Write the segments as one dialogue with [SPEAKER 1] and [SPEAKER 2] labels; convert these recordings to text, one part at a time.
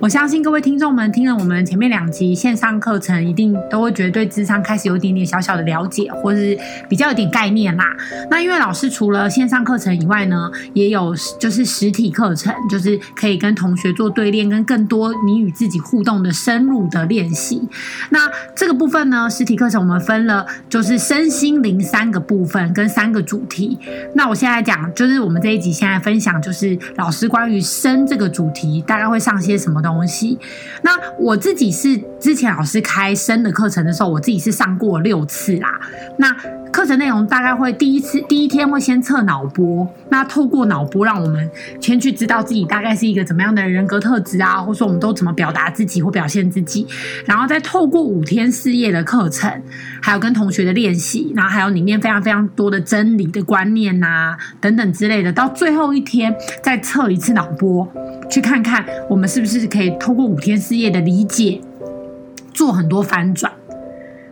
[SPEAKER 1] 我相信各位听众们听了我们前面两集线上课程，一定都会觉得对智商开始有一点点小小的了解，或是比较有点概念啦。那因为老师除了线上课程以外呢，也有就是实体课程，就是可以跟同学做对练，跟更多你与自己互动的深入的练习。那这个部分呢，实体课程我们分了就是身心灵三个部分跟三个主题。那我现在讲，就是我们这一集现在分享，就是老师关于身这个主。主题大概会上些什么东西？那我自己是之前老师开生的课程的时候，我自己是上过六次啦。那课程内容大概会第一次第一天会先测脑波，那透过脑波让我们先去知道自己大概是一个怎么样的人格特质啊，或者说我们都怎么表达自己或表现自己，然后再透过五天四夜的课程，还有跟同学的练习，然后还有里面非常非常多的真理的观念呐、啊、等等之类的，到最后一天再测一次脑波，去看看我们是不是可以透过五天四夜的理解做很多反转。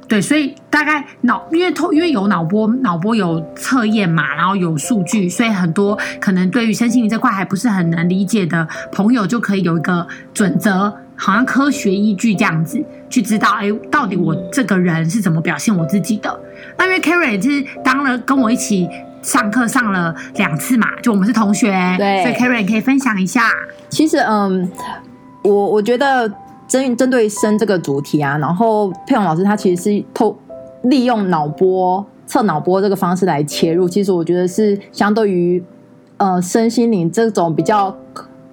[SPEAKER 1] 对，所以大概脑，因为透，因为有脑波，脑波有测验嘛，然后有数据，所以很多可能对于身心灵这块还不是很能理解的朋友，就可以有一个准则，好像科学依据这样子去知道，哎，到底我这个人是怎么表现我自己的。那因为 Karen 就是当了跟我一起上课上了两次嘛，就我们是同学，
[SPEAKER 2] 对，
[SPEAKER 1] 所以 Karen 可以分享一下。
[SPEAKER 3] 其实，嗯，我我觉得。针针对生这个主题啊，然后佩蓉老师他其实是透利用脑波测脑波这个方式来切入，其实我觉得是相对于呃身心灵这种比较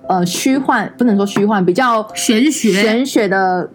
[SPEAKER 3] 呃虚幻，不能说虚幻，比较
[SPEAKER 1] 玄学
[SPEAKER 3] 玄学的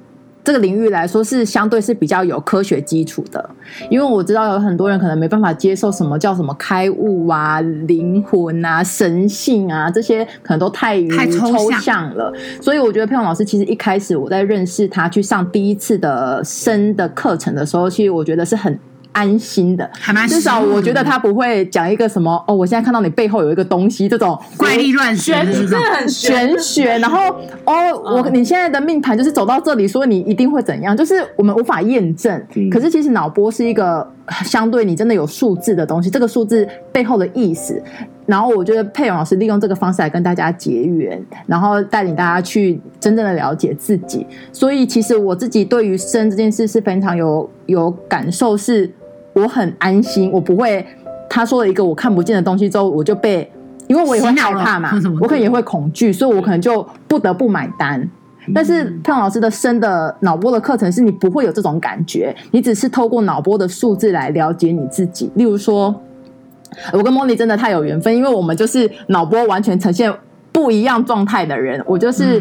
[SPEAKER 3] 这个领域来说，是相对是比较有科学基础的。因为我知道有很多人可能没办法接受什么叫什么开悟啊、灵魂啊、神性啊这些，可能都太于抽象了。所以我觉得佩蓉老师其实一开始我在认识他去上第一次的生的课程的时候，其实我觉得是很。安心的，
[SPEAKER 1] 还蛮
[SPEAKER 3] 至少我觉得他不会讲一个什么哦，我现在看到你背后有一个东西这种
[SPEAKER 1] 怪力乱
[SPEAKER 2] 神，真的很
[SPEAKER 3] 玄学。然后哦，我、嗯、你现在的命盘就是走到这里，说你一定会怎样，就是我们无法验证。嗯、可是其实脑波是一个相对你真的有数字的东西，这个数字背后的意思。然后我觉得佩蓉老师利用这个方式来跟大家结缘，然后带领大家去真正的了解自己。所以其实我自己对于生这件事是非常有有感受，是我很安心，我不会他说了一个我看不见的东西之后，我就被，因为我也会害怕嘛，我可能也会恐惧，所以我可能就不得不买单。但是佩蓉老师的生的脑波的课程是你不会有这种感觉，你只是透过脑波的数字来了解你自己，例如说。我跟莫莉真的太有缘分，因为我们就是脑波完全呈现不一样状态的人。我就是、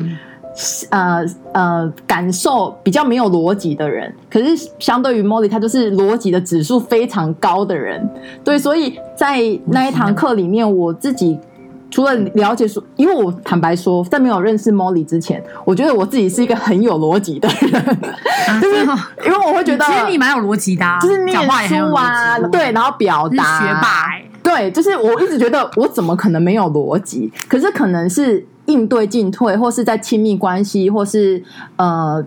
[SPEAKER 3] 嗯、呃呃感受比较没有逻辑的人，可是相对于莫莉，她就是逻辑的指数非常高的人。对，所以在那一堂课里面，我自己除了了解说，因为我坦白说，在没有认识莫莉之前，我觉得我自己是一个很有逻辑的人，
[SPEAKER 1] 嗯
[SPEAKER 3] 啊、就是因为我会觉得
[SPEAKER 1] 其实你蛮有逻辑的、啊，
[SPEAKER 3] 就是念书啊，对，啊然后表达
[SPEAKER 1] 学霸、欸。
[SPEAKER 3] 对，就是我一直觉得我怎么可能没有逻辑？可是可能是应对进退，或是在亲密关系，或是呃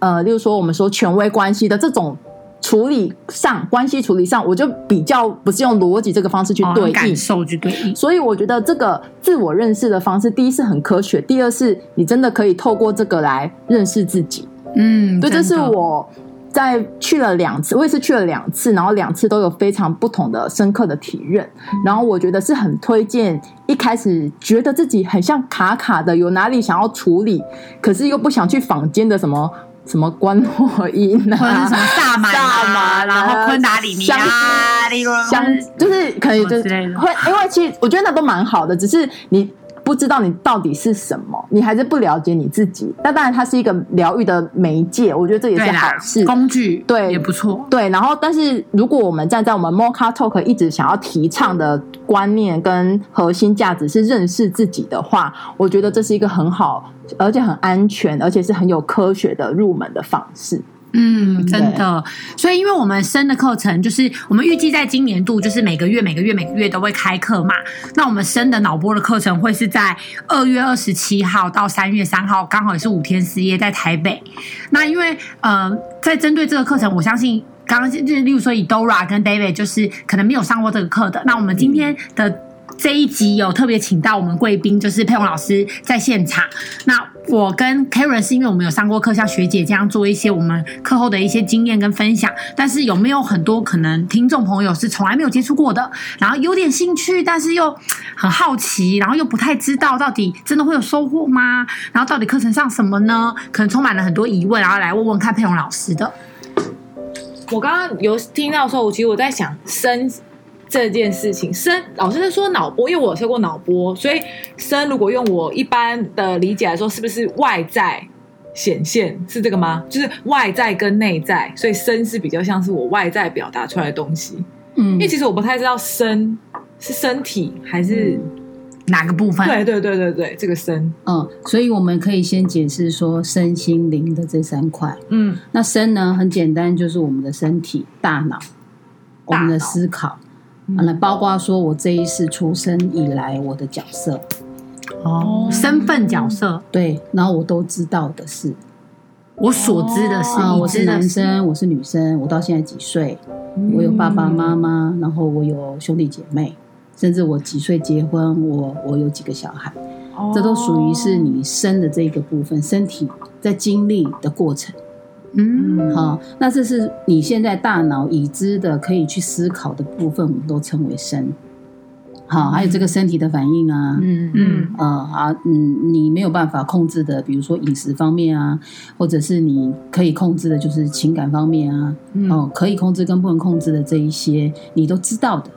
[SPEAKER 3] 呃，例如说我们说权威关系的这种处理上，关系处理上，我就比较不是用逻辑这个方式去对应，哦、
[SPEAKER 1] 感受去对应。
[SPEAKER 3] 所以我觉得这个自我认识的方式，第一是很科学，第二是你真的可以透过这个来认识自己。
[SPEAKER 1] 嗯，
[SPEAKER 3] 对，这是我。在去了两次，我也是去了两次，然后两次都有非常不同的深刻的体认。
[SPEAKER 1] 嗯
[SPEAKER 3] 然后我觉得是很推荐，一开始觉得自己很像卡卡的，有哪里想要处理，可是又不想去坊间的什么什么观落音啊，
[SPEAKER 1] 或者是什 么萨满、
[SPEAKER 3] 萨啊
[SPEAKER 1] 满，然后昆达里尼啊，例如
[SPEAKER 3] 香，就是可以就是会，因为其实我觉得那都蛮好的，只是你。不知道你到底是什么，你还是不了解你自己。那当然，它是一个疗愈的媒介，我觉得这也是好事，
[SPEAKER 1] 工具
[SPEAKER 3] 对
[SPEAKER 1] 也不错。
[SPEAKER 3] 对，然后但是如果我们站在我们 Mocha Talk 一直想要提倡的观念跟核心价值是认识自己的话，我觉得这是一个很好，而且很安全，而且是很有科学的入门的方式。
[SPEAKER 1] 嗯，真的。所以，因为我们生的课程就是我们预计在今年度，就是每个月、每个月、每个月都会开课嘛。那我们生的脑波的课程会是在二月二十七号到三月三号，刚好也是五天四夜在台北。那因为呃，在针对这个课程，我相信。刚刚就是，例如说以 Dora 跟 David，就是可能没有上过这个课的。那我们今天的这一集有特别请到我们贵宾，就是佩蓉老师在现场。那我跟 Karen 是因为我们有上过课，像学姐这样做一些我们课后的一些经验跟分享。但是有没有很多可能听众朋友是从来没有接触过的，然后有点兴趣，但是又很好奇，然后又不太知道到底真的会有收获吗？然后到底课程上什么呢？可能充满了很多疑问，
[SPEAKER 4] 啊
[SPEAKER 1] 然后来问问看佩蓉老师的。
[SPEAKER 4] 我刚刚有听到的时候，我其实我在想生这件事情，生老师在说脑波，因为我有修过脑波，所以生如果用我一般的理解来说，是不是外在显现是这个吗？就是外在跟内在，所以生是比较像是我外在表达出来的东西。
[SPEAKER 2] 嗯
[SPEAKER 4] 因为，其实我不太知道生是身体还是、
[SPEAKER 1] 哪个部分？
[SPEAKER 4] 对对对对对，这个生，
[SPEAKER 5] 嗯，所以我们可以先解释说身心灵的这三块。
[SPEAKER 4] 嗯
[SPEAKER 5] 那身呢，很简单，就是我们的身体、大脑、我们的
[SPEAKER 4] 大脑嗯
[SPEAKER 5] 思考，啊那包括说我这一世出生以来我的角色，
[SPEAKER 1] 哦，身份角色，
[SPEAKER 5] 对，然后我都知道的事。
[SPEAKER 1] 我所知的是，
[SPEAKER 5] 啊，
[SPEAKER 1] 已
[SPEAKER 5] 我是
[SPEAKER 1] 知的
[SPEAKER 5] 男
[SPEAKER 1] 事，
[SPEAKER 5] 生，我是女生，我到现在几岁？
[SPEAKER 4] 嗯
[SPEAKER 5] 我有爸爸妈妈，然后我有兄弟姐妹，甚至我几岁结婚，我我有几个小孩，这都属于是你生的这个部分，身体在经历的过程。
[SPEAKER 1] 嗯，
[SPEAKER 5] 好、那这是你现在大脑已知的可以去思考的部分，我们都称为身。好、还有这个身体的反应啊，
[SPEAKER 4] 嗯
[SPEAKER 1] 嗯
[SPEAKER 5] 呃啊，嗯，你没有办法控制的，比如说饮食方面啊，或者是你可以控制的，就是情感方面啊，
[SPEAKER 4] 嗯
[SPEAKER 5] 哦，可以控制跟不能控制的这一些，你都知道的，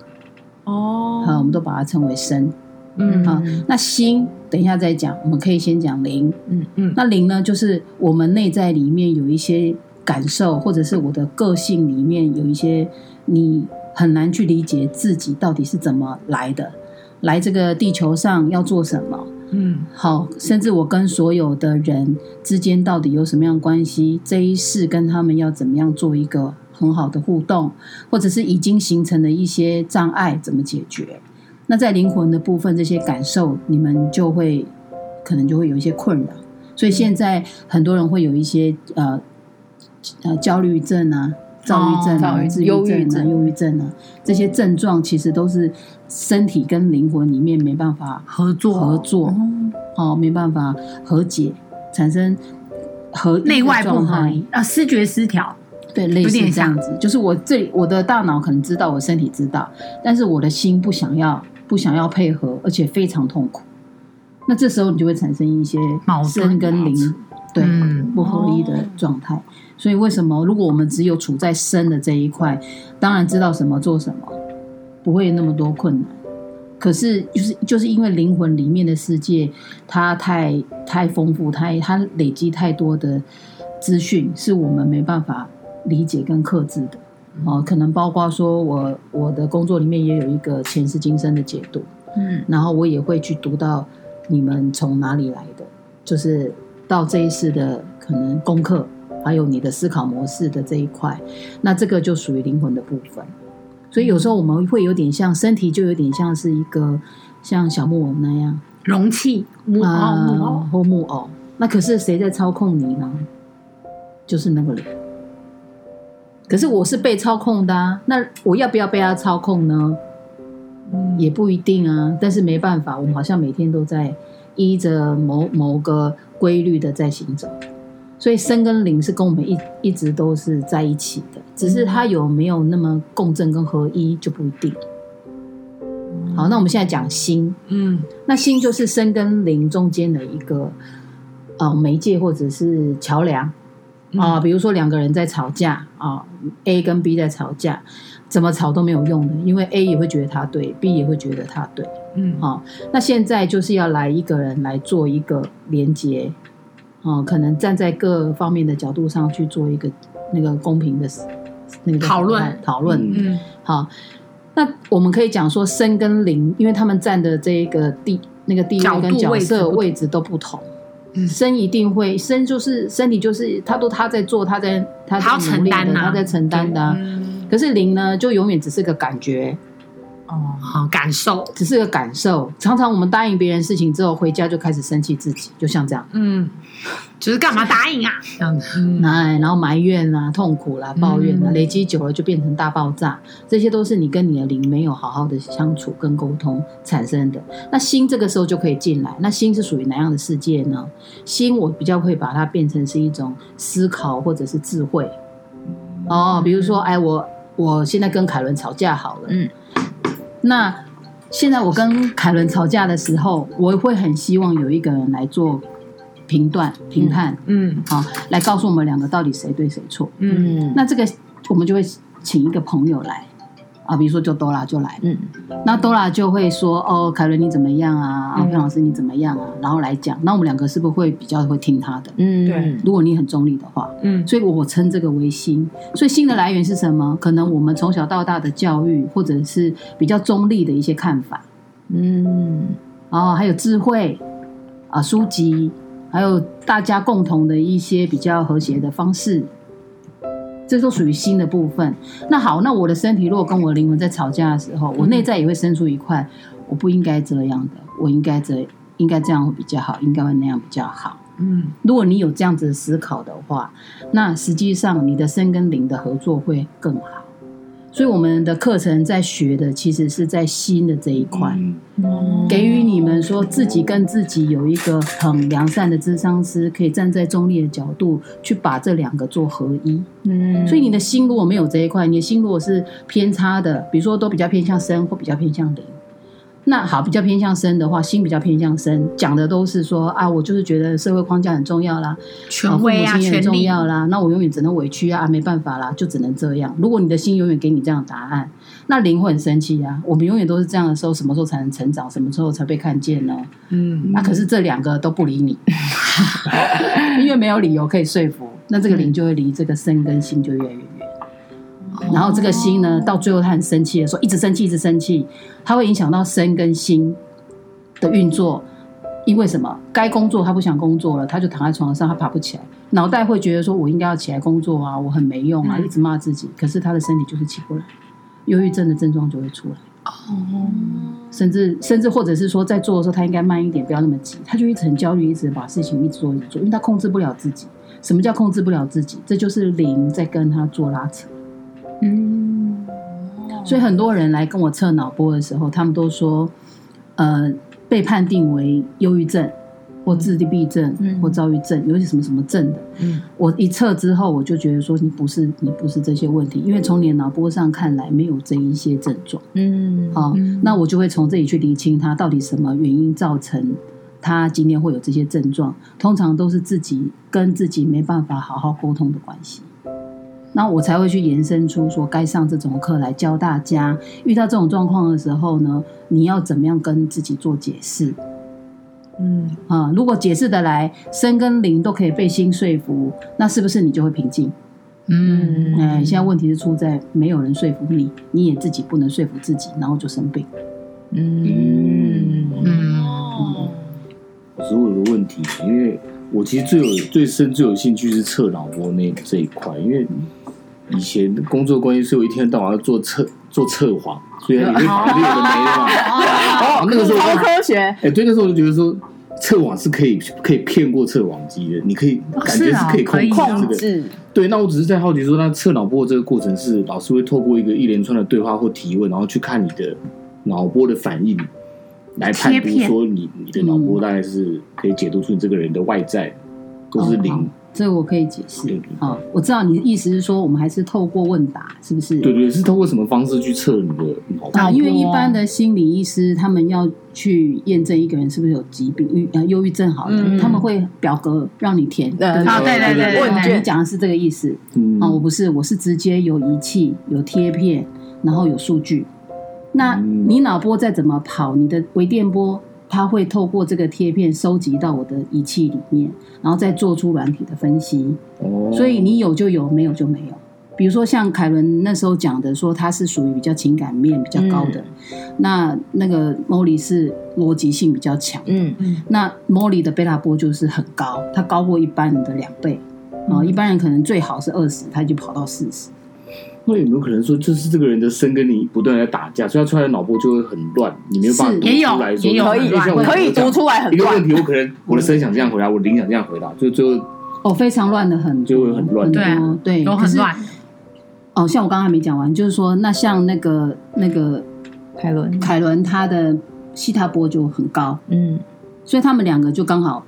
[SPEAKER 4] 哦
[SPEAKER 5] 好、我们都把它称为身。
[SPEAKER 4] 嗯
[SPEAKER 5] 好那心，等一下再讲，我们可以先讲灵。
[SPEAKER 4] 嗯嗯
[SPEAKER 5] 那灵呢，就是我们内在里面有一些感受，或者是我的个性里面有一些你很难去理解自己到底是怎么来的，来这个地球上要做什么。
[SPEAKER 4] 嗯
[SPEAKER 5] 好，甚至我跟所有的人之间到底有什么样的关系？这一世跟他们要怎么样做一个很好的互动，或者是已经形成的一些障碍怎么解决？那在灵魂的部分，这些感受你们就会可能就会有一些困扰，所以现在很多人会有一些呃呃焦虑症啊、躁郁症
[SPEAKER 3] 哦
[SPEAKER 5] 啊、自
[SPEAKER 3] 忧
[SPEAKER 5] 忧
[SPEAKER 3] 郁
[SPEAKER 5] 郁症啊、
[SPEAKER 3] 症
[SPEAKER 5] 忧郁症啊，这些症状其实都是身体跟灵魂里面没办法
[SPEAKER 1] 合作
[SPEAKER 5] 合作哦，没办法和解，产生和
[SPEAKER 1] 内外不
[SPEAKER 5] 状
[SPEAKER 1] 合
[SPEAKER 5] 态，
[SPEAKER 1] 一，啊，视觉失调，
[SPEAKER 5] 对，类
[SPEAKER 1] 有
[SPEAKER 5] 似
[SPEAKER 1] 点
[SPEAKER 5] 这样
[SPEAKER 1] 像
[SPEAKER 5] 子。就是我这里，我的大脑可能知道，我身体知道，但是我的心不想要，不想要配合，而且非常痛苦。那这时候你就会产生一些
[SPEAKER 1] 矛盾
[SPEAKER 5] 身跟
[SPEAKER 1] 矛
[SPEAKER 5] 灵
[SPEAKER 1] 盾
[SPEAKER 5] 对、
[SPEAKER 1] 嗯
[SPEAKER 5] 不合一的状态。所以为什么如果我们只有处在身的这一块，当然知道什么做什么，不会那么多困难。可是就是就是因为灵魂里面的世界，它太太丰富，太它累积太多的资讯，是我们没办法理解跟克制的。
[SPEAKER 1] 嗯
[SPEAKER 5] 哦，可能包括说我我的工作里面也有一个前世今生的解读，
[SPEAKER 1] 嗯，
[SPEAKER 5] 然后我也会去读到你们从哪里来的，就是到这一世的可能功课，还有你的思考模式的这一块，那这个就属于灵魂的部分。所以有时候我们会有点像身体，就有点像是一个像小木偶那样，
[SPEAKER 1] 容器木偶
[SPEAKER 5] 啊，
[SPEAKER 1] 木偶，
[SPEAKER 5] 或木偶。那可是谁在操控你呢？就是那个人。可是我是被操控的啊，那我要不要被他操控呢？
[SPEAKER 4] 嗯
[SPEAKER 5] 也不一定啊。但是没办法，我们好像每天都在依着某某个规律的在行走，所以身跟灵是跟我们一一直都是在一起的，只是它有没有那么共振跟合一就不一定。好，那我们现在讲心，
[SPEAKER 4] 嗯
[SPEAKER 5] 那心就是身跟灵中间的一个呃媒介或者是桥梁
[SPEAKER 1] 嗯
[SPEAKER 5] 啊、比如说两个人在吵架啊、a 跟 B 在吵架，怎么吵都没有用的，因为 A 也会觉得他对，B 也会觉得他对。
[SPEAKER 4] 嗯
[SPEAKER 5] 好、那现在就是要来一个人来做一个连接，哦、可能站在各方面的角度上去做一个那个公平的那个
[SPEAKER 1] 讨论
[SPEAKER 5] 讨论，
[SPEAKER 3] 嗯
[SPEAKER 4] 嗯
[SPEAKER 5] 好，那我们可以讲说身跟灵，因为他们站的这个地那个地
[SPEAKER 1] 角度
[SPEAKER 5] 位跟角
[SPEAKER 1] 位置
[SPEAKER 5] 色
[SPEAKER 1] 不同嗯
[SPEAKER 5] 位置都不同，身一定会，身就是身体就是他都他在做，他在他
[SPEAKER 1] 他要
[SPEAKER 5] 在努
[SPEAKER 1] 承
[SPEAKER 5] 力
[SPEAKER 1] 担
[SPEAKER 5] 的，
[SPEAKER 1] 啊
[SPEAKER 5] 他在承担的啊、
[SPEAKER 1] 嗯，
[SPEAKER 5] 可是灵呢，就永远只是个感觉，
[SPEAKER 3] 哦，
[SPEAKER 1] 好感受，
[SPEAKER 5] 只是个感受。常常我们答应别人事情之后，回家就开始生气自己，就像这样，
[SPEAKER 4] 嗯
[SPEAKER 1] 就是干嘛答应啊？这样子，
[SPEAKER 5] 哎，然后埋怨啊、痛苦啦、抱怨啊，累积久了就变成大爆炸。这些都是你跟你的灵没有好好的相处跟沟通产生的。那心这个时候就可以进来，那心是属于哪样的世界呢？心我比较会把它变成是一种思考或者是智慧。哦，比如说，哎，我我现在跟凯伦吵架好了，
[SPEAKER 2] 嗯，
[SPEAKER 5] 那现在我跟凯伦吵架的时候，我会很希望有一个人来做评断、评判，
[SPEAKER 4] 嗯
[SPEAKER 5] 好、啊来告诉我们两个到底谁对谁错。
[SPEAKER 4] 嗯
[SPEAKER 3] 嗯，
[SPEAKER 5] 那这个我们就会请一个朋友来啊，比如说就 Dora 就来，
[SPEAKER 3] 嗯，
[SPEAKER 5] 那 Dora 就会说哦，凯伦你怎么样啊？啊，
[SPEAKER 4] 嗯
[SPEAKER 5] 潘老师你怎么样啊？然后来讲，那我们两个是不是会比较会听他的？
[SPEAKER 3] 嗯，
[SPEAKER 4] 对
[SPEAKER 5] 如果你很中立的话，
[SPEAKER 4] 嗯
[SPEAKER 5] 所以我称这个为心。所以心的来源是什么？可能我们从小到大的教育，或者是比较中立的一些看法，
[SPEAKER 3] 嗯，
[SPEAKER 5] 哦，还有智慧啊，书籍，还有大家共同的一些比较和谐的方式，这都属于心的部分。那好，那我的身体如果跟我的灵魂在吵架的时候，我内在也会生出一块，我不应该这样的，我应该这应该这样会比较好，应该会那样比较好。
[SPEAKER 4] 嗯
[SPEAKER 5] 如果你有这样子的思考的话，那实际上你的身跟灵的合作会更好。所以我们的课程在学的其实是在心的这一块。给予你们说自己跟自己有一个很良善的智商师，可以站在中立的角度去把这两个做合一。
[SPEAKER 3] 嗯，
[SPEAKER 5] 所以你的心如果没有这一块，你的心如果是偏差的，比如说都比较偏向身或比较偏向灵。那好，比较偏向身的话，心比较偏向身，讲的都是说啊，我就是觉得社会框架很重要啦，
[SPEAKER 1] 权威
[SPEAKER 5] 哦父
[SPEAKER 1] 啊，
[SPEAKER 5] 母亲也
[SPEAKER 1] 权
[SPEAKER 5] 很重
[SPEAKER 1] 力，
[SPEAKER 5] 要啦，那我永远只能委屈啊，啊没办法啦，就只能这样。如果你的心永远给你这样的答案，那灵会很生气啊。我们永远都是这样的时候，什么时候才能成长？什么时候才被看见呢？
[SPEAKER 4] 嗯
[SPEAKER 5] 那、可是这两个都不理你， 因为没有理由可以说服，那这个灵就会离这个身跟心就越来越远。
[SPEAKER 4] 哦
[SPEAKER 5] 然后这个心呢，到最后他很生气的时候，一直生气，一直生气，它会影响到身跟心的运作。因为什么？该工作他不想工作了，他就躺在床上，他爬不起来，脑袋会觉得说我应该要起来工作啊，我很没用啊，
[SPEAKER 4] 嗯
[SPEAKER 5] 一直骂自己。可是他的身体就是起不来，忧郁症的症状就会出来。甚至甚至或者是说在做的时候，他应该慢一点，不要那么急。他就一直很焦虑，一直把事情一直做一直做，因为他控制不了自己。什么叫控制不了自己？这就是灵在跟他做拉扯。
[SPEAKER 1] 嗯，
[SPEAKER 5] 所以很多人来跟我测脑波的时候，他们都说，呃，被判定为忧郁症。或自闭症，
[SPEAKER 2] 嗯
[SPEAKER 5] 或躁郁症，尤其什么什么症的，
[SPEAKER 4] 嗯
[SPEAKER 5] 我一测之后，我就觉得说你不是你不是这些问题，因为从你的脑波上看来没有这一些症状。
[SPEAKER 2] 嗯，
[SPEAKER 5] 好、那我就会从这里去厘清他到底什么原因造成他今天会有这些症状，通常都是自己跟自己没办法好好沟通的关系。那我才会去延伸出说，该上这种课来教大家，遇到这种状况的时候呢，你要怎么样跟自己做解释
[SPEAKER 4] 嗯
[SPEAKER 5] 啊、如果解释得来，身跟灵都可以被心说服，那是不是你就会平静？
[SPEAKER 1] 嗯，
[SPEAKER 5] 哎、现在问题是出在没有人说服你，你也自己不能说服自己，然后就生病。
[SPEAKER 2] 嗯，
[SPEAKER 1] 嗯，
[SPEAKER 6] 老师，我有个问题，因为我其实最有最深最有兴趣是测脑波那这一块，因为以前工作关系，所以我一天到晚要做测做测谎，所以你会考虑有的没的嘛。
[SPEAKER 3] 哦，
[SPEAKER 6] 那个时候我
[SPEAKER 3] 超
[SPEAKER 6] 就
[SPEAKER 3] 科学，
[SPEAKER 6] 哎，对，那时候我就觉得说。测谎是可以可以骗过测谎机的，你可以感
[SPEAKER 1] 是
[SPEAKER 6] 觉是
[SPEAKER 1] 啊
[SPEAKER 6] 可以控
[SPEAKER 1] 可以
[SPEAKER 6] 制
[SPEAKER 1] 控
[SPEAKER 6] 这个。
[SPEAKER 3] 制，
[SPEAKER 6] 对，那我只是在好奇说，那测脑波这个过程是老师会透过一个一连串的对话或提问，然后去看你的脑波的反应，来判
[SPEAKER 1] 贴
[SPEAKER 6] 读
[SPEAKER 1] 片
[SPEAKER 6] 说你你的脑波大概是可以解读出你这个人的外在或是灵。
[SPEAKER 5] 这我可以解释
[SPEAKER 6] 对对对
[SPEAKER 5] 啊、我知道你的意思是说，我们还是透过问答，是不是？
[SPEAKER 6] 对对，是通过什么方式去测你的脑波？
[SPEAKER 5] 啊，因为一般的心理医师他们要去验证一个人是不是有疾病，郁呃忧郁症好了，
[SPEAKER 4] 嗯
[SPEAKER 5] 他们会表格让你填。
[SPEAKER 3] 对
[SPEAKER 5] 不
[SPEAKER 1] 哦，对对对
[SPEAKER 5] 对
[SPEAKER 1] 对
[SPEAKER 3] 问
[SPEAKER 5] 对
[SPEAKER 3] 卷
[SPEAKER 5] 你讲的是这个意思
[SPEAKER 6] 嗯
[SPEAKER 5] 啊，我不是，我是直接有仪器、有贴片，然后有数据。那
[SPEAKER 6] 嗯
[SPEAKER 5] 你脑波再怎么跑，你的微电波它会透过这个贴片收集到我的仪器里面，然后再做出软体的分析。
[SPEAKER 6] 哦
[SPEAKER 5] 所以你有就有，没有就没有。比如说像凯伦那时候讲的，说他是属于比较情感面比较高的，
[SPEAKER 6] 嗯
[SPEAKER 5] 那那个 Molly 是逻辑性比较强，
[SPEAKER 3] 嗯
[SPEAKER 5] 那 Molly 的贝塔波就是很高，它高过一般人的两倍。啊、
[SPEAKER 6] 嗯
[SPEAKER 5] 一般人可能最好是二十，他就跑到四十。
[SPEAKER 6] 那有没有可能说，就是这个人的身跟你不断地在打架，所以他出来的脑波就会很乱，你没有办法
[SPEAKER 5] 是
[SPEAKER 6] 读出
[SPEAKER 1] 也有
[SPEAKER 6] 来说
[SPEAKER 1] 也有
[SPEAKER 3] 可
[SPEAKER 1] 很
[SPEAKER 3] 以
[SPEAKER 1] 乱
[SPEAKER 6] 像我
[SPEAKER 3] 可以读
[SPEAKER 6] 刚刚讲
[SPEAKER 3] 出来很
[SPEAKER 6] 一个问
[SPEAKER 3] 乱。
[SPEAKER 6] 题，我可能我的声想这样回答，我的灵想这样回答，就最后
[SPEAKER 5] 哦，非常乱的很多，
[SPEAKER 6] 就会很乱
[SPEAKER 5] 多
[SPEAKER 1] 对啊
[SPEAKER 5] 对，
[SPEAKER 1] 有
[SPEAKER 5] 可
[SPEAKER 1] 很
[SPEAKER 5] 是
[SPEAKER 1] 乱。
[SPEAKER 5] 哦，像我刚刚还没讲完，就是说，那像那个那个
[SPEAKER 3] 凯伦，
[SPEAKER 5] 凯伦，他的西塔波就很高，
[SPEAKER 3] 嗯
[SPEAKER 5] 所以他们两个就刚好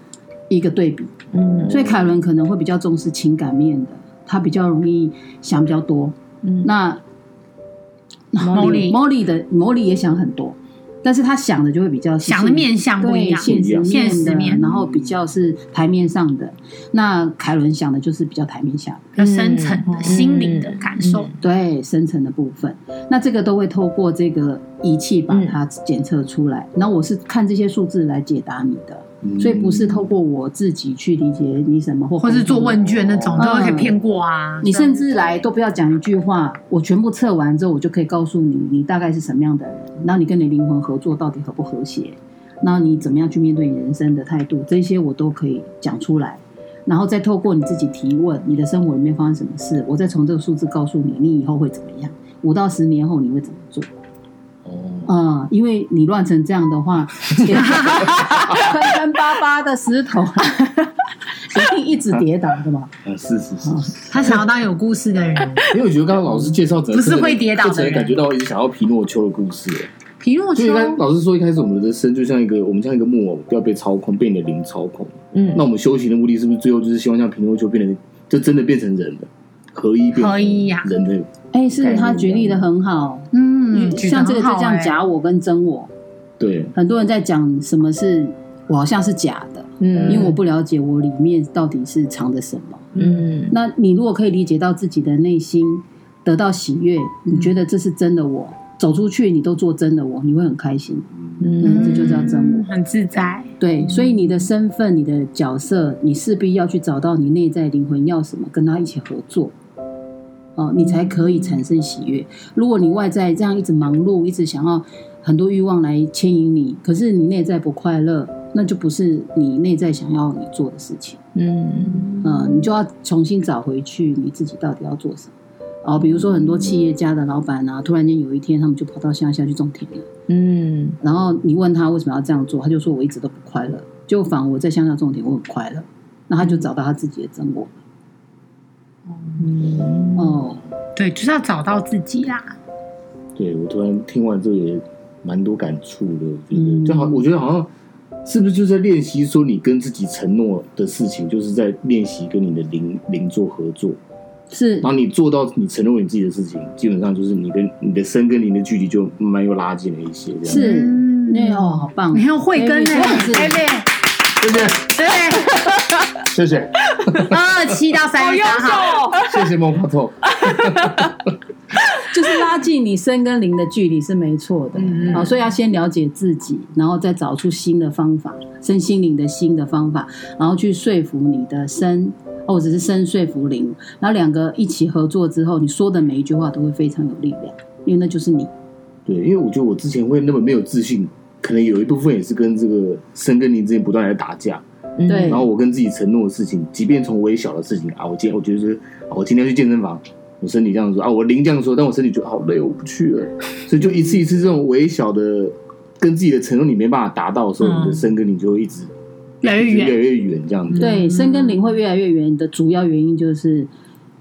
[SPEAKER 5] 一个对比。
[SPEAKER 3] 嗯
[SPEAKER 5] 所以凯伦可能会比较重视情感面的，他比较容易想比较多。
[SPEAKER 3] 嗯
[SPEAKER 5] 那
[SPEAKER 1] Molly
[SPEAKER 5] Molly 的 Molly 也想很多，但是他想的就会比较
[SPEAKER 1] 想的面相不一
[SPEAKER 5] 对
[SPEAKER 1] 样，
[SPEAKER 5] 现
[SPEAKER 1] 现
[SPEAKER 5] 实面
[SPEAKER 1] 实
[SPEAKER 5] 的，
[SPEAKER 1] 面
[SPEAKER 5] 然后比较是台面上的。那凯伦想的就是比较台面下的。
[SPEAKER 1] 比较深层的、
[SPEAKER 3] 嗯
[SPEAKER 1] 心灵的感受。
[SPEAKER 5] 对深层的部分，那这个都会透过这个仪器把
[SPEAKER 3] 嗯
[SPEAKER 5] 它检测出来。那、我是看这些数字来解答你的，
[SPEAKER 6] 嗯
[SPEAKER 5] 所以不是透过我自己去理解你什么，或
[SPEAKER 1] 或是做问卷那种，
[SPEAKER 5] 嗯
[SPEAKER 1] 都会可以骗过啊。
[SPEAKER 5] 你甚至来都不要讲一句话，我全部测完之后，我就可以告诉你，你大概是什么样的人，然后你跟你灵魂合作到底合不和谐，然后你怎么样去面对你人生的态度，这些我都可以讲出来，然后再透过你自己提问，你的生活里面发生什么事，我再从这个数字告诉你，你以后会怎么样，五到十年后你会怎么 做。
[SPEAKER 6] 哦，
[SPEAKER 5] 嗯，因为你乱成这样 的话， 前坑坑巴巴的石头， 一定一直跌倒的嘛。
[SPEAKER 6] 啊是是是，
[SPEAKER 1] 他想要当有故事的人，
[SPEAKER 6] 因为我觉得刚刚老师介绍整个
[SPEAKER 1] 不是
[SPEAKER 6] 课程
[SPEAKER 1] 会跌倒的
[SPEAKER 6] 课程
[SPEAKER 1] 人
[SPEAKER 6] 感觉到一直想要皮诺丘的故事。哎
[SPEAKER 1] 皮诺
[SPEAKER 6] 就
[SPEAKER 1] 丘
[SPEAKER 6] 刚刚老师说，一开始我们的身就像一个我们像一个木偶，不要被操控，被你的灵操控。
[SPEAKER 3] 嗯
[SPEAKER 6] 那我们修行的目的是不是最后就是希望像皮诺丘变成，就真的变成人了，合一变成
[SPEAKER 1] 合一呀
[SPEAKER 6] 人类。
[SPEAKER 5] 哎，是他举例的很好，
[SPEAKER 1] 嗯，举得
[SPEAKER 5] 像这个
[SPEAKER 1] 很
[SPEAKER 5] 就
[SPEAKER 1] 好
[SPEAKER 5] 这样
[SPEAKER 1] 欸
[SPEAKER 5] 假我跟真我，
[SPEAKER 6] 对，
[SPEAKER 5] 很多人在讲什么是我好像是假的，
[SPEAKER 3] 嗯
[SPEAKER 5] 因为我不了解我里面到底是藏着什么。
[SPEAKER 3] 嗯
[SPEAKER 5] 那你如果可以理解到自己的内心，得到喜悦，你
[SPEAKER 1] 嗯
[SPEAKER 5] 觉得这是真的我，走出去你都做真的我，你会很开心。
[SPEAKER 3] 嗯
[SPEAKER 5] 这就叫真我
[SPEAKER 1] 嗯很自在。
[SPEAKER 5] 对，所以你的身份、你的角色，你势必要去找到你内在灵魂要什么，跟他一起合作，哦，你才可以产生喜悦。如果你外在这样一直忙碌，一直想要很多欲望来牵引你，可是你内在不快乐，那就不是你内在想要你做的事情。
[SPEAKER 3] 嗯
[SPEAKER 5] 嗯，你就要重新找回去你自己到底要做什么。哦，比如说很多企业家的老板啊，突然间有一天他们就跑到乡下去种田了。
[SPEAKER 3] 嗯
[SPEAKER 5] 然后你问他为什么要这样做，他就说我一直都不快乐，就反而我在乡下重点我很快乐，那他就找到他自己的真我。
[SPEAKER 3] 嗯
[SPEAKER 5] 哦，
[SPEAKER 1] 对，就是要找到自己啦。
[SPEAKER 6] 对我突然听完这个也蛮多感触的，我觉得
[SPEAKER 5] 嗯
[SPEAKER 6] 就好，我觉得好像是不是就在练习说你跟自己承诺的事情，就是在练习跟你的灵灵做合作，
[SPEAKER 5] 是
[SPEAKER 6] 然
[SPEAKER 3] 嗯
[SPEAKER 6] 后你做到你承诺你自己的事情，基本上就是你跟你的身跟灵的距离就慢慢又拉近了一些，这样
[SPEAKER 5] 是
[SPEAKER 1] 嗯
[SPEAKER 5] 那哦，哎好棒！
[SPEAKER 1] 你很慧根呢
[SPEAKER 5] Baby，真的
[SPEAKER 1] ，baby，
[SPEAKER 5] 是
[SPEAKER 1] 对，
[SPEAKER 6] 谢谢谢谢
[SPEAKER 1] 二 七到三十三号，
[SPEAKER 6] 谢谢梦花透，
[SPEAKER 5] 就是拉近你身跟灵的距离是没错的
[SPEAKER 1] 嗯嗯，
[SPEAKER 5] 好，所以要先了解自己，然后再找出新的方法，身心灵的新的方法，然后去说服你的身，哦，或者是身说服灵，然后两个一起合作之后，你说的每一句话都会非常有力量，因为那就是你。
[SPEAKER 1] 嗯
[SPEAKER 6] 对，因为我觉得我之前会那么没有自信，可能有一部分也是跟这个身跟灵之间不断的打架，
[SPEAKER 3] 嗯
[SPEAKER 1] 嗯
[SPEAKER 5] 对
[SPEAKER 6] 然后我跟自己承诺的事情，即便从微小的事情啊，我今天我觉得是，啊我今天要去健身房，我身体这样说啊，我灵这样说，但我身体觉得好累，我不去了。所以就一次一次这种微小的跟自己的承诺你没办法达到的时候，
[SPEAKER 1] 嗯
[SPEAKER 6] 你的身跟灵就会一直
[SPEAKER 1] 越来越
[SPEAKER 6] 一直越来
[SPEAKER 1] 远，嗯
[SPEAKER 6] 越远这样子。
[SPEAKER 5] 对，身跟灵会越来越远的主要原因就是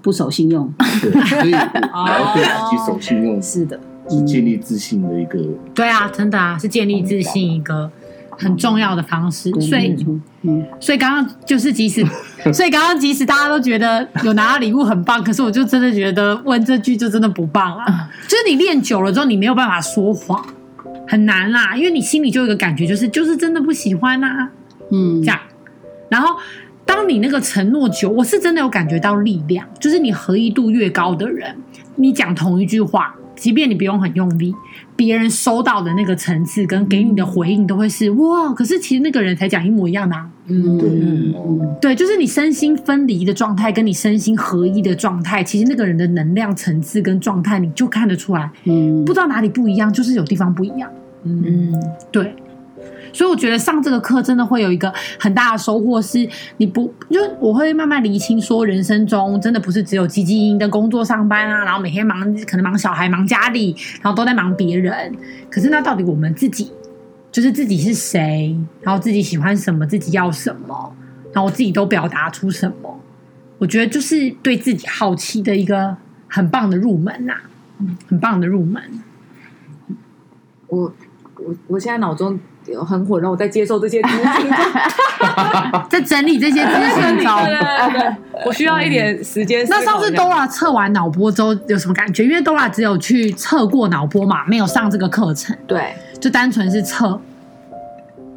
[SPEAKER 5] 不守信用。
[SPEAKER 1] 嗯
[SPEAKER 6] 对，所以我要对自己守信用，
[SPEAKER 5] 是的，
[SPEAKER 6] 哦是建立自信的一个。
[SPEAKER 1] 对啊，真的啊，是建立自信一个很重要的方式。所以
[SPEAKER 5] 没错嗯，
[SPEAKER 1] 所以刚刚就是，即 使所以刚刚即使大家都觉得有拿到礼物很棒，可是我就真的觉得问这句就真的不棒啦。就是你练久了之后，你没有办法说谎，很难啦，因为你心里就有一个感觉，就是就是真的不喜欢啊，
[SPEAKER 5] 嗯，
[SPEAKER 1] 这样。然后当你那个承诺久，我是真的有感觉到力量，就是你合一度越高的人，你讲同一句话，即便你不用很用力，别人收到的那个层次跟给你的回应都会是哇，可是其实那个人才讲一模一样的、啊。
[SPEAKER 5] 嗯
[SPEAKER 6] 对
[SPEAKER 5] 嗯嗯
[SPEAKER 6] 哦
[SPEAKER 1] 对，就是你身心分离的状态，跟你身心合一的状态，其实那个人的能量层次跟状态，你就看得出来，
[SPEAKER 5] 嗯
[SPEAKER 1] 不知道哪里不一样，就是有地方不一样。
[SPEAKER 5] 嗯
[SPEAKER 1] 对，所以我觉得上这个课真的会有一个很大的收获，是你不就我会慢慢厘清，说人生中真的不是只有积极营营的工作上班啊，然后每天忙可能忙小孩、忙家里，然后都在忙别人。可是那到底我们自己就是自己是谁，然后自己喜欢什么，自己要什么，然后自己都表达出什么，我觉得就是对自己好奇的一个很棒的入门呐、啊嗯很棒的入门。
[SPEAKER 4] 我我我现在脑中有很混乱，我在接受这些资 讯中，
[SPEAKER 1] 在整理这些资
[SPEAKER 4] 对
[SPEAKER 1] 讯中。
[SPEAKER 4] 对对，我需要一点时间思考
[SPEAKER 1] 那
[SPEAKER 4] 一下。
[SPEAKER 1] 上次 Dora 测完脑波之后有什么感觉？因为 Dora 只有去测过脑波嘛，没有上这个课程，
[SPEAKER 4] 对，
[SPEAKER 1] 就单纯是测。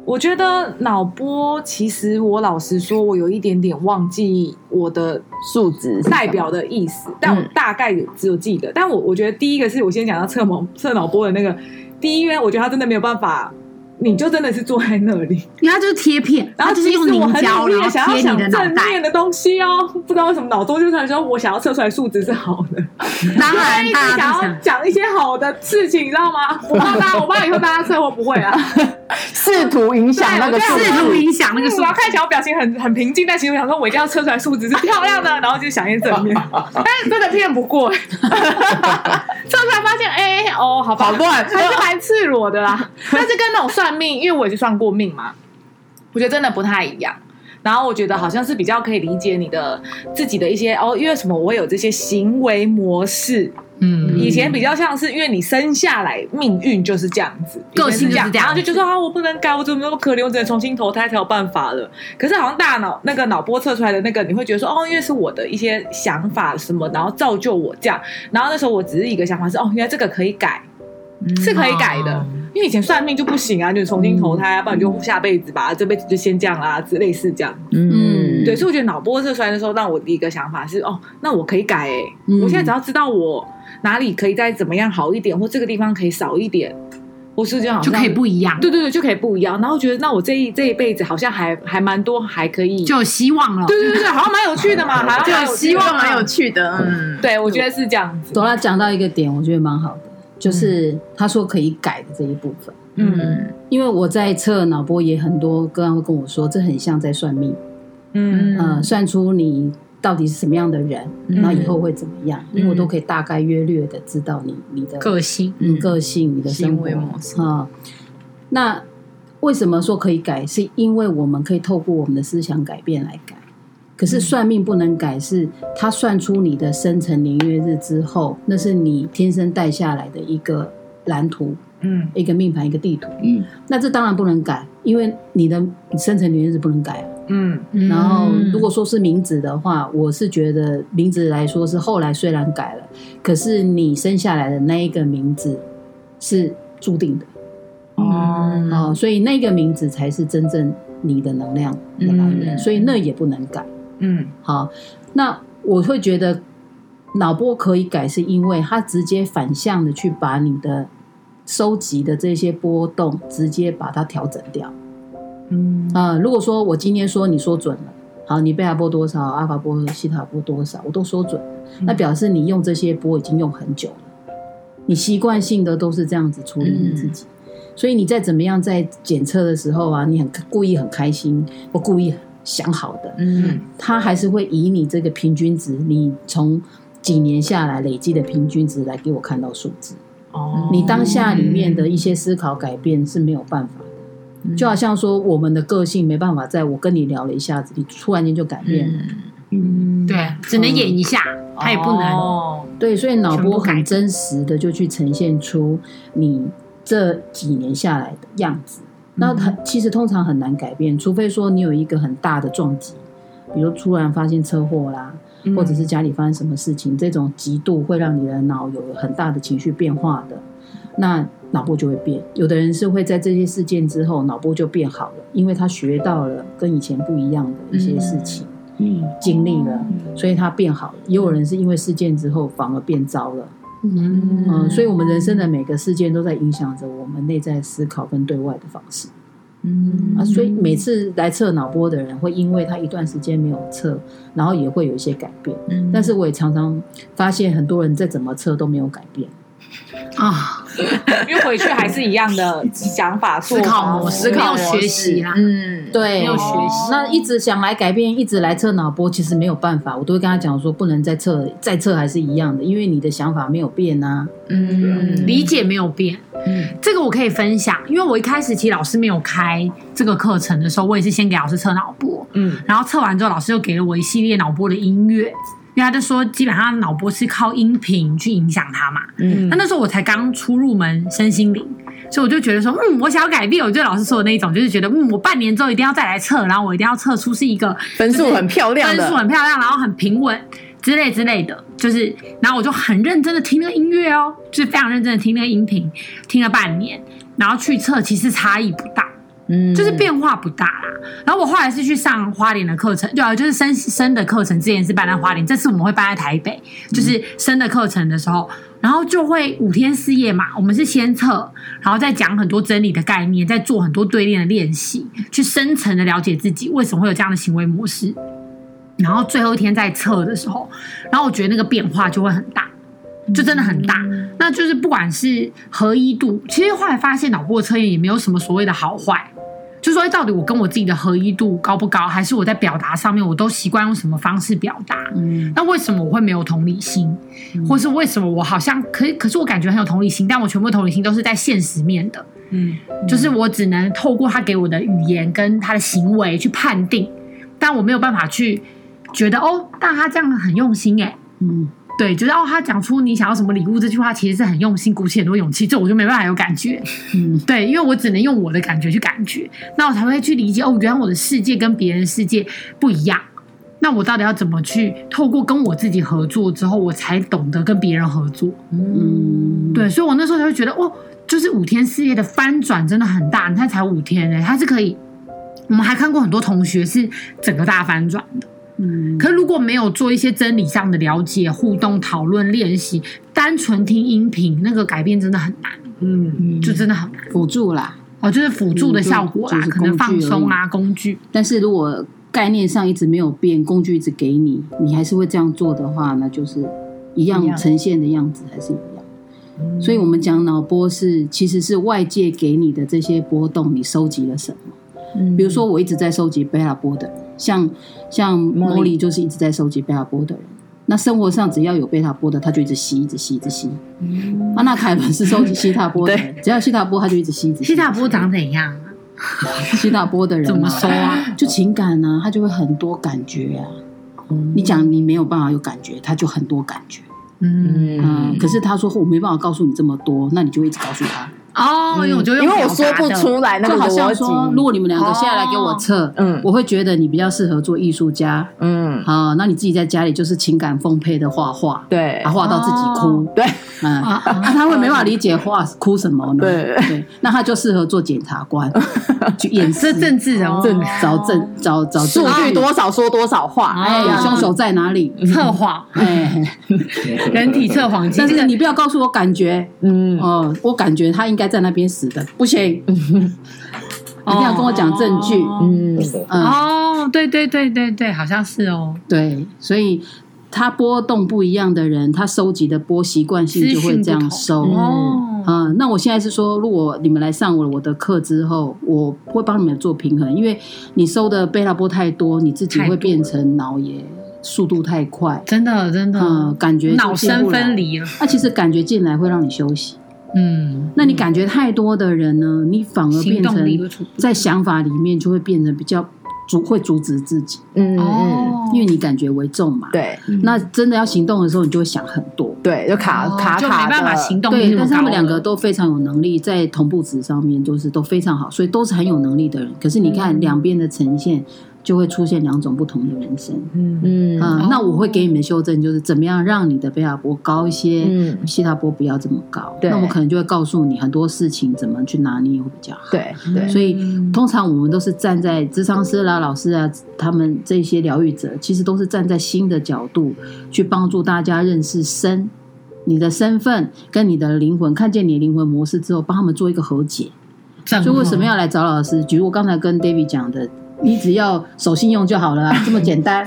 [SPEAKER 4] 我觉得脑波，其实我老实说，我有一点点忘记我的
[SPEAKER 3] 数值
[SPEAKER 4] 代表的意
[SPEAKER 3] 嗯
[SPEAKER 4] 思，但我大概有只有记得。但我我觉得第一个是我先讲到测毛测脑波的那个，第一，因为我觉得他真的没有办法，你就真的是坐在那里，
[SPEAKER 1] 因为它就是贴片，
[SPEAKER 4] 然后
[SPEAKER 1] 它就
[SPEAKER 4] 其
[SPEAKER 1] 是
[SPEAKER 4] 实
[SPEAKER 1] 用凝
[SPEAKER 4] 我很
[SPEAKER 1] 胶，
[SPEAKER 4] 努力
[SPEAKER 1] 然
[SPEAKER 4] 的
[SPEAKER 1] 后
[SPEAKER 4] 想要
[SPEAKER 1] 贴
[SPEAKER 4] 想
[SPEAKER 1] 你的脑
[SPEAKER 4] 正面
[SPEAKER 1] 袋。
[SPEAKER 4] 的东西哦，不知道为什么脑中就突然说我想要测出来数值是好的，
[SPEAKER 1] 当
[SPEAKER 4] 我
[SPEAKER 1] 然，
[SPEAKER 4] 一
[SPEAKER 1] 大家
[SPEAKER 4] 直想
[SPEAKER 1] 都
[SPEAKER 4] 要
[SPEAKER 1] 想，
[SPEAKER 4] 讲一些好的事情，你知道吗？我怕大家，我怕以后大家测我不会啊。
[SPEAKER 3] 试图影响那个
[SPEAKER 4] 对
[SPEAKER 3] 数
[SPEAKER 4] 我这
[SPEAKER 1] 试
[SPEAKER 4] 样
[SPEAKER 1] 图
[SPEAKER 3] 字。
[SPEAKER 1] 影响那个
[SPEAKER 4] 嗯
[SPEAKER 1] 数
[SPEAKER 4] 我要看起来我表情很很平静，但其实我想说，我一定要测出来数值是漂亮的，然后就想念正 面，但是真的骗不过、欸，测出来发现，哎、哦，好吧，好乱，还是蛮赤裸 的啦。但是跟那种算命，因为我也是算过命嘛，我觉得真的不太一样。然后我觉得好像是比较可以理解你的自己的一些哦，因为什么我有这些行为模式，
[SPEAKER 1] 嗯，
[SPEAKER 4] 以前比较像是因为你生下来命运就是这样子，
[SPEAKER 1] 个性
[SPEAKER 4] 以前
[SPEAKER 1] 就是这样
[SPEAKER 4] 然后就觉得说啊，我不能改，我怎么那么可怜，我只能重新投胎才有办法了。可是好像大脑那个脑波测出来的那个，你会觉得说哦，因为是我的一些想法什么，然后造就我这样。然后那时候我只是一个想法是哦，原来这个可以改，
[SPEAKER 1] 嗯
[SPEAKER 4] 是可以改
[SPEAKER 1] 哦
[SPEAKER 4] 的。因为以前算命就不行啊，就重新投胎啊，不然你就下辈子吧，这辈子就先这样啦、之类似这样。
[SPEAKER 5] 嗯
[SPEAKER 4] 对，所以我觉得脑波测出来的时候，让我第一个想法是，哦，那我可以改、欸，
[SPEAKER 5] 嗯
[SPEAKER 4] 我现在只要知道我哪里可以再怎么样好一点，或这个地方可以少一点，或是这样好
[SPEAKER 1] 就
[SPEAKER 4] 像
[SPEAKER 1] 可以，不一样，
[SPEAKER 4] 对对对，就可以不一样。然后觉得，那我这一这一辈子好像还还蛮多，还可以，
[SPEAKER 1] 就有希望了。
[SPEAKER 4] 对对对对，好像蛮有趣的嘛，好像蛮有希望，蛮有趣的，嗯，对，我觉得是这样子，
[SPEAKER 5] 朵拉讲到一个点，我觉得蛮好的，就是
[SPEAKER 1] 嗯
[SPEAKER 5] 他说可以改的这一部分。
[SPEAKER 4] 嗯
[SPEAKER 5] 因为我在测脑波，也很多个案会跟我说，这很像在算命，
[SPEAKER 4] 嗯
[SPEAKER 5] 呃，算出你到底是什么样的人，
[SPEAKER 1] 嗯
[SPEAKER 5] 然后以后会怎么样，因为我都可以大概约略的知道你你的
[SPEAKER 1] 个性，
[SPEAKER 5] 你个性、你的生活啊、那为什么说可以改？是因为我们可以透过我们的思想改变来改。可
[SPEAKER 1] 嗯
[SPEAKER 5] 是算命不能改，是他算出你的生辰年月日之后，那是你天生带下来的一个蓝图、
[SPEAKER 4] 嗯
[SPEAKER 5] 一个命盘、一个地图。
[SPEAKER 6] 嗯，
[SPEAKER 5] 那这当然不能改，因为你的生辰年月日不能改啊、
[SPEAKER 4] 嗯
[SPEAKER 5] 然后，如
[SPEAKER 1] 果
[SPEAKER 5] 果说是名字的话，我是觉得名字来说是后来虽然改了，可是你生下来的那一个名字是注定的
[SPEAKER 4] 哦，
[SPEAKER 5] 哦，所以那个名字才是真正你的能量的来源，所以那也不能改。
[SPEAKER 4] 嗯
[SPEAKER 5] 好，那我会觉得脑波可以改，是因为它直接反向的去把你的收集的这些波动直接把它调整掉。
[SPEAKER 4] 嗯
[SPEAKER 5] 啊、如果说我今天说你说准了，好，你贝塔波多少，阿法波、西塔波多少，我都说准了，那表示你用这些波已经用很久了，你习惯性的都是这样子处理你自己，所以你再怎么样在检测的时候啊，你很故意很开心，不故意想好的，
[SPEAKER 4] 嗯
[SPEAKER 5] 它还是会以你这个平均值，你从几年下来累积的平均值来给我看到数字。
[SPEAKER 4] 哦嗯
[SPEAKER 5] 你当下里面的一些思考改变是没有办法的。就好像说，我们的个性没办法在我跟你聊了一下子，你突然间就改变了。
[SPEAKER 4] 嗯
[SPEAKER 1] 对，只能演一下，他也不能。
[SPEAKER 4] 哦
[SPEAKER 5] 对，所以脑
[SPEAKER 1] 全部
[SPEAKER 5] 波
[SPEAKER 1] 改
[SPEAKER 5] 很真实的就去呈现出你这几年下来的样子。那很其实通常很难改变，除非说你有一个很大的撞击，比如突然发现车祸啦，或者是家里发生什么事情，这种极度会让你的脑有很大的情绪变化的，那脑波就会变。有的人是会在这些事件之后，脑波就变好了，因为他学到了跟以前不一样的一些事情，
[SPEAKER 6] 嗯
[SPEAKER 5] 经历了，所以他变好了。也有人是因为事件之后反而变糟了，
[SPEAKER 1] 嗯
[SPEAKER 5] 嗯，所以我们人生的每个事件都在影响着我们内在思考跟对外的方式。
[SPEAKER 1] 嗯
[SPEAKER 5] 啊，所以每次来测脑波的人，会因为他一段时间没有测，然后也会有一些改变。
[SPEAKER 4] 嗯
[SPEAKER 5] 但是我也常常发现，很多人再怎么测都没有改变。
[SPEAKER 1] 啊，
[SPEAKER 4] 因为回去还是一样的想法、
[SPEAKER 1] 思
[SPEAKER 4] 思
[SPEAKER 1] 考模式没有学习啦，
[SPEAKER 3] 嗯，
[SPEAKER 5] 对，
[SPEAKER 1] 没有学习
[SPEAKER 5] 那一直想来改变，一直来测脑波，其实没有办法。我都会跟他讲说，不能再测，再测还是一样的，因为你的想法没有变啊。
[SPEAKER 3] 嗯
[SPEAKER 1] 理解没有变。
[SPEAKER 5] 嗯，
[SPEAKER 1] 这个我可以分享，因为我一开始其实老师没有开这个课程的时候，我也是先给老师测脑波，
[SPEAKER 4] 嗯，
[SPEAKER 1] 然后测完之后，老师又给了我一系列脑波的音乐，因为他就说基本上脑波是靠音频去影响他嘛。
[SPEAKER 4] 嗯
[SPEAKER 1] 那那时候我才刚出入门身心灵，所以我就觉得说，嗯，我想要改变，我就老师说的那一种，就是觉得，嗯，我半年之后一定要再来测，然后我一定要测出是一个
[SPEAKER 3] 分数很漂亮
[SPEAKER 1] 分数
[SPEAKER 3] 的，
[SPEAKER 1] 很漂亮，然后很平稳之类之类的，就是，然后我就很认真的听那个音乐哦，就是非常认真的听那个音频，听了半年，然后去测，其实差异不大，
[SPEAKER 5] 嗯
[SPEAKER 1] 就是变化不大啦。然后我后来是去上花莲的课程，对啊，就是升升的课程，之前是办在花莲，这次我们会办在台北，就是升的课程的时候，然后就会五天四夜嘛，我们是先测，然后再讲很多真理的概念，再做很多对练的练习，去深层的了解自己为什么会有这样的行为模式。然后最后一天在测的时候，然后我觉得那个变化就会很大，就真的很大。那就是不管是合一度，其实后来发现脑波测验也没有什么所谓的好坏，就说哎到底我跟我自己的合一度高不高，还是我在表达上面我都习惯用什么方式表达？
[SPEAKER 5] 嗯
[SPEAKER 1] 那为什么我会没有同理心，或是为什么我好像可可是我感觉很有同理心，但我全部同理心都是在现实面的，
[SPEAKER 4] 嗯，
[SPEAKER 1] 就是我只能透过他给我的语言跟他的行为去判定，但我没有办法去觉得哦，但他这样很用心哎、
[SPEAKER 5] 嗯
[SPEAKER 1] 对，就是哦，他讲出你想要什么礼物这句话，其实是很用心，鼓起很多勇气，这我就没办法有感觉。
[SPEAKER 5] 嗯
[SPEAKER 1] 对，因为我只能用我的感觉去感觉，那我才会去理解哦，原来我的世界跟别人的世界不一样。那我到底要怎么去透过跟我自己合作之后，我才懂得跟别人合作？
[SPEAKER 5] 嗯，
[SPEAKER 1] 对，所以我那时候才会觉得，哦，就是五天四夜的翻转真的很大。你看才五天呢、欸它是可以。我们还看过很多同学是整个大翻转的，
[SPEAKER 5] 嗯，
[SPEAKER 1] 可如果没有做一些真理上的了解、互动、讨论、练习，单纯听音频，那个改变真的很难，
[SPEAKER 5] 嗯
[SPEAKER 1] 就真的很难。
[SPEAKER 5] 辅助啦。
[SPEAKER 1] 哦，就是辅助的
[SPEAKER 5] 嗯就
[SPEAKER 1] 效果啦，
[SPEAKER 5] 就是
[SPEAKER 1] 可能
[SPEAKER 5] 工
[SPEAKER 1] 放
[SPEAKER 5] 具而
[SPEAKER 1] 松
[SPEAKER 5] 已
[SPEAKER 1] 啊，工具。
[SPEAKER 5] 但是如果概念上一直没有变，工具一直给你，你还是会这样做的话，那就是一
[SPEAKER 3] 一
[SPEAKER 5] 样
[SPEAKER 3] 样
[SPEAKER 5] 呈现的样子还是一样。
[SPEAKER 3] 嗯
[SPEAKER 5] 所以，我们讲脑波是其实是外界给你的这些波动，你收集了什么？
[SPEAKER 3] 嗯
[SPEAKER 5] 比如说，我一直在收集贝塔波的人，像像
[SPEAKER 3] 茉莉
[SPEAKER 5] 茉莉就是一直在收集贝塔波的人。那生活上只要有贝塔波的，他就一直吸，一直吸，一直吸。
[SPEAKER 3] 嗯
[SPEAKER 5] 啊，那凯伦是收集西塔波 的人，只要有西塔波，他就一直吸，一直吸
[SPEAKER 1] 西。塔波长怎样啊？
[SPEAKER 5] 西塔波的人嘛
[SPEAKER 1] 怎么收啊？
[SPEAKER 5] 就情感呢、啊，他就会很多感觉啊。
[SPEAKER 3] 嗯
[SPEAKER 5] 你讲你没有办法有感觉，他就很多感觉。
[SPEAKER 1] 嗯，
[SPEAKER 5] 嗯，可是他说我没办法告诉你这么多，那你就一直告诉他。
[SPEAKER 1] 哦，因为我就
[SPEAKER 5] 嗯
[SPEAKER 1] 用
[SPEAKER 3] 因为我
[SPEAKER 1] 表
[SPEAKER 3] 说
[SPEAKER 1] 达
[SPEAKER 3] 不
[SPEAKER 1] 的
[SPEAKER 3] 出嗯来那个
[SPEAKER 5] 就好
[SPEAKER 3] 逻
[SPEAKER 5] 像说，如
[SPEAKER 3] 辑，
[SPEAKER 5] 果你们两个现在来给我测，
[SPEAKER 3] 嗯
[SPEAKER 5] 我会觉得你比较适合做艺术家。
[SPEAKER 3] 嗯，
[SPEAKER 5] 好，那你自己在家里就是情感丰沛的画画，
[SPEAKER 3] 对
[SPEAKER 5] 啊，画到自己哭。
[SPEAKER 3] 对
[SPEAKER 5] 嗯，
[SPEAKER 1] 啊
[SPEAKER 5] 啊，
[SPEAKER 1] 啊
[SPEAKER 5] 他会没办法理解画哭什么呢？
[SPEAKER 3] 对
[SPEAKER 5] 对，那他就适合做检察 官，去掩
[SPEAKER 1] 这
[SPEAKER 5] 饰
[SPEAKER 1] 政治人物
[SPEAKER 5] 哦
[SPEAKER 1] 哦
[SPEAKER 3] 正
[SPEAKER 5] 找证找找
[SPEAKER 3] 数
[SPEAKER 5] 证
[SPEAKER 3] 据
[SPEAKER 5] 据
[SPEAKER 3] 多少说多少话，
[SPEAKER 5] 哎
[SPEAKER 1] 啊，
[SPEAKER 5] 凶 手在哪里？
[SPEAKER 1] 测谎，
[SPEAKER 5] 哎，
[SPEAKER 1] 人体测谎机，
[SPEAKER 5] 但
[SPEAKER 1] 这
[SPEAKER 5] 是
[SPEAKER 1] 个
[SPEAKER 5] 你不要告诉我感觉
[SPEAKER 3] 嗯，
[SPEAKER 5] 哦，我感觉他应该在那边死的，不行，一定要跟我讲证据。
[SPEAKER 3] 嗯，
[SPEAKER 5] 嗯，
[SPEAKER 1] 哦，对对对对对，好像是哦，
[SPEAKER 5] 对，所以他波动不一样的人，他收集的波习惯性就会这样收。
[SPEAKER 3] 嗯
[SPEAKER 1] 哦，
[SPEAKER 5] 啊、那我现在是说，如果你们来上我我的课之后，我会帮你们做平衡，因为你收的贝塔波太多，你自己
[SPEAKER 1] 太多
[SPEAKER 5] 会
[SPEAKER 1] 了
[SPEAKER 5] 变成脑也速度太快，
[SPEAKER 1] 真的真的
[SPEAKER 5] 嗯，，感觉就
[SPEAKER 1] 脑
[SPEAKER 5] 进
[SPEAKER 1] 身
[SPEAKER 5] 不来啊
[SPEAKER 1] 分。离了，
[SPEAKER 5] 那、其实感觉进来会让你休息，
[SPEAKER 1] 嗯，
[SPEAKER 5] 那你感觉太多的人呢，你反而
[SPEAKER 1] 行
[SPEAKER 5] 变
[SPEAKER 1] 动力会
[SPEAKER 5] 成
[SPEAKER 1] 出不
[SPEAKER 5] 在想法里面就会变成比较阻会阻止自己，
[SPEAKER 3] 嗯嗯，
[SPEAKER 1] 哦，
[SPEAKER 5] 因为你感觉为重嘛。，
[SPEAKER 3] 对
[SPEAKER 5] 那真的要行动的时候，你就会想很多。
[SPEAKER 3] 对，就卡
[SPEAKER 1] 哦
[SPEAKER 3] 卡
[SPEAKER 1] 就
[SPEAKER 3] 卡
[SPEAKER 1] 没办法
[SPEAKER 3] 的
[SPEAKER 1] 行动力
[SPEAKER 5] 对，
[SPEAKER 1] 那么高
[SPEAKER 5] 但是
[SPEAKER 1] 了，
[SPEAKER 5] 他们两个都非常有能力，在同步值上面就是都非常好，所以都是很有能力的人。可是你看两边的呈现，就会出现两种不同的人生。
[SPEAKER 3] 嗯
[SPEAKER 5] 啊、
[SPEAKER 1] 哦
[SPEAKER 5] 那我会给你们修正，就是怎么样让你的贝塔波高一些，
[SPEAKER 3] 嗯
[SPEAKER 5] 西塔波不要这么高。
[SPEAKER 3] 对
[SPEAKER 5] 那我可能就会告诉你很多事情怎么去拿捏会比较好。
[SPEAKER 3] 对对，
[SPEAKER 5] 所以
[SPEAKER 4] 嗯
[SPEAKER 5] 通常我们都是站在智商师啦、老师啊，他们这些疗愈者，其实都是站在新的角度去帮助大家认识身你的身份跟你的灵魂，看见你的灵魂模式之后，帮他们做一个和解。
[SPEAKER 1] 嗯
[SPEAKER 5] 所以为什么要来找老师？举我刚才跟 David 讲的，你只要守信用就好了、啊，这么简单。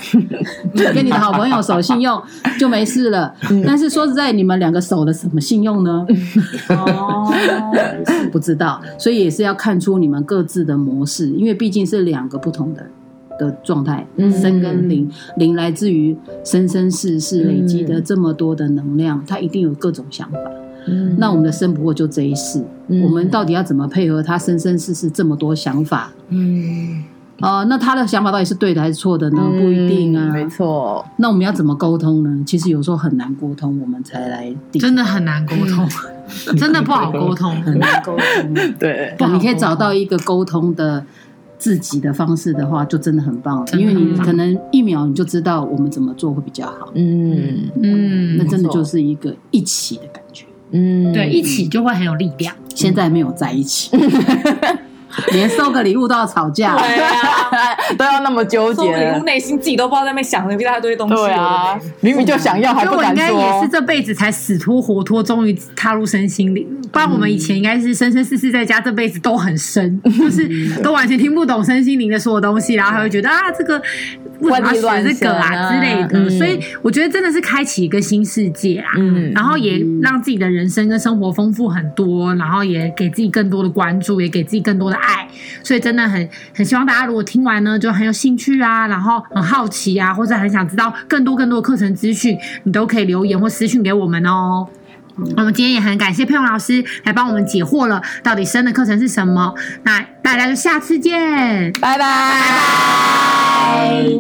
[SPEAKER 5] 你跟你的好朋友守信用就没事了。但是说实在，你们两个守了什么信用呢？
[SPEAKER 4] 哦，
[SPEAKER 5] 不知道，所以也是要看出你们各自的模式，因为毕竟是两个不同的的状态，生跟灵，灵来自于生生世世累积的这么多的能量，它一定有各种想法。那我们的生不过就这一世，我们到底要怎么配合他生生世世这么多想法？
[SPEAKER 3] 嗯，
[SPEAKER 5] 啊，那他的想法到底是对的还是错的呢？不一
[SPEAKER 1] 嗯
[SPEAKER 5] 定啊。
[SPEAKER 3] 没错，
[SPEAKER 5] 那我们要怎么沟通呢？其实有时候很难沟通，我们才来定
[SPEAKER 1] 真的很难沟通， 真的不好沟通。
[SPEAKER 5] 嗯 很难沟通。
[SPEAKER 3] 对，
[SPEAKER 5] 你可以找到一个沟通的自己的方式的话，就真的很棒了，
[SPEAKER 1] 真的
[SPEAKER 5] 因为
[SPEAKER 1] 很棒
[SPEAKER 5] 你可能一秒你就知道我们怎么做会比较好，
[SPEAKER 3] 嗯
[SPEAKER 1] 嗯
[SPEAKER 5] 那，真的就是一个一起的感觉。
[SPEAKER 3] 嗯，
[SPEAKER 1] 对，一起就会很有力量。
[SPEAKER 5] 现在没有在 一起，连送个礼物都要吵架。
[SPEAKER 4] 对啊，
[SPEAKER 3] 都要那么纠
[SPEAKER 4] 说礼
[SPEAKER 3] 结
[SPEAKER 4] 物，内心自己都不知道在那边想了一大堆东西。
[SPEAKER 3] 对啊，明明就想要还
[SPEAKER 1] 所以
[SPEAKER 3] 不
[SPEAKER 1] 我应
[SPEAKER 3] 敢
[SPEAKER 1] 该也
[SPEAKER 3] 说
[SPEAKER 1] 是，这辈子才死拖活拖，终于踏入身心灵。不然我们以前应该是生生世世在家，这辈子都很深，
[SPEAKER 3] 嗯
[SPEAKER 1] 就是都完全听不懂身心灵的所有东西，然后还会觉得啊，这个为什么要学这个啊之类的。
[SPEAKER 3] 嗯
[SPEAKER 1] 所以我觉得真的是开启一个新世界啊。
[SPEAKER 3] 嗯
[SPEAKER 1] 然后也让自己的人生跟生活丰富很多，然后也给自己更多的关注，也给自己更多的爱，所以真的很很希望大家如果听完呢，就很有兴趣啊，然后很好奇啊，或者很想知道更多更多的课程资讯，你都可以留言或私讯给我们哦。我们今天也很感谢佩蓉老师来帮我们解惑了，到底深的课程是什么？那大家就下次见。
[SPEAKER 3] 拜拜。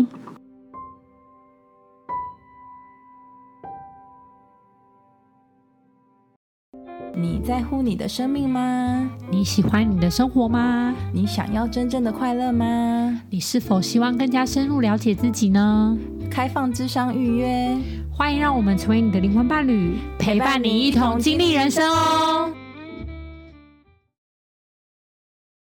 [SPEAKER 2] 你在乎你的生命吗？
[SPEAKER 7] 你喜欢你的生活吗？
[SPEAKER 2] 你想要真正的快乐吗？
[SPEAKER 7] 你是否希望更加深入了解自己呢？
[SPEAKER 2] 开放智商预约。
[SPEAKER 7] 欢迎让我们成为你的灵魂伴侣，陪伴你一同经历人生哦。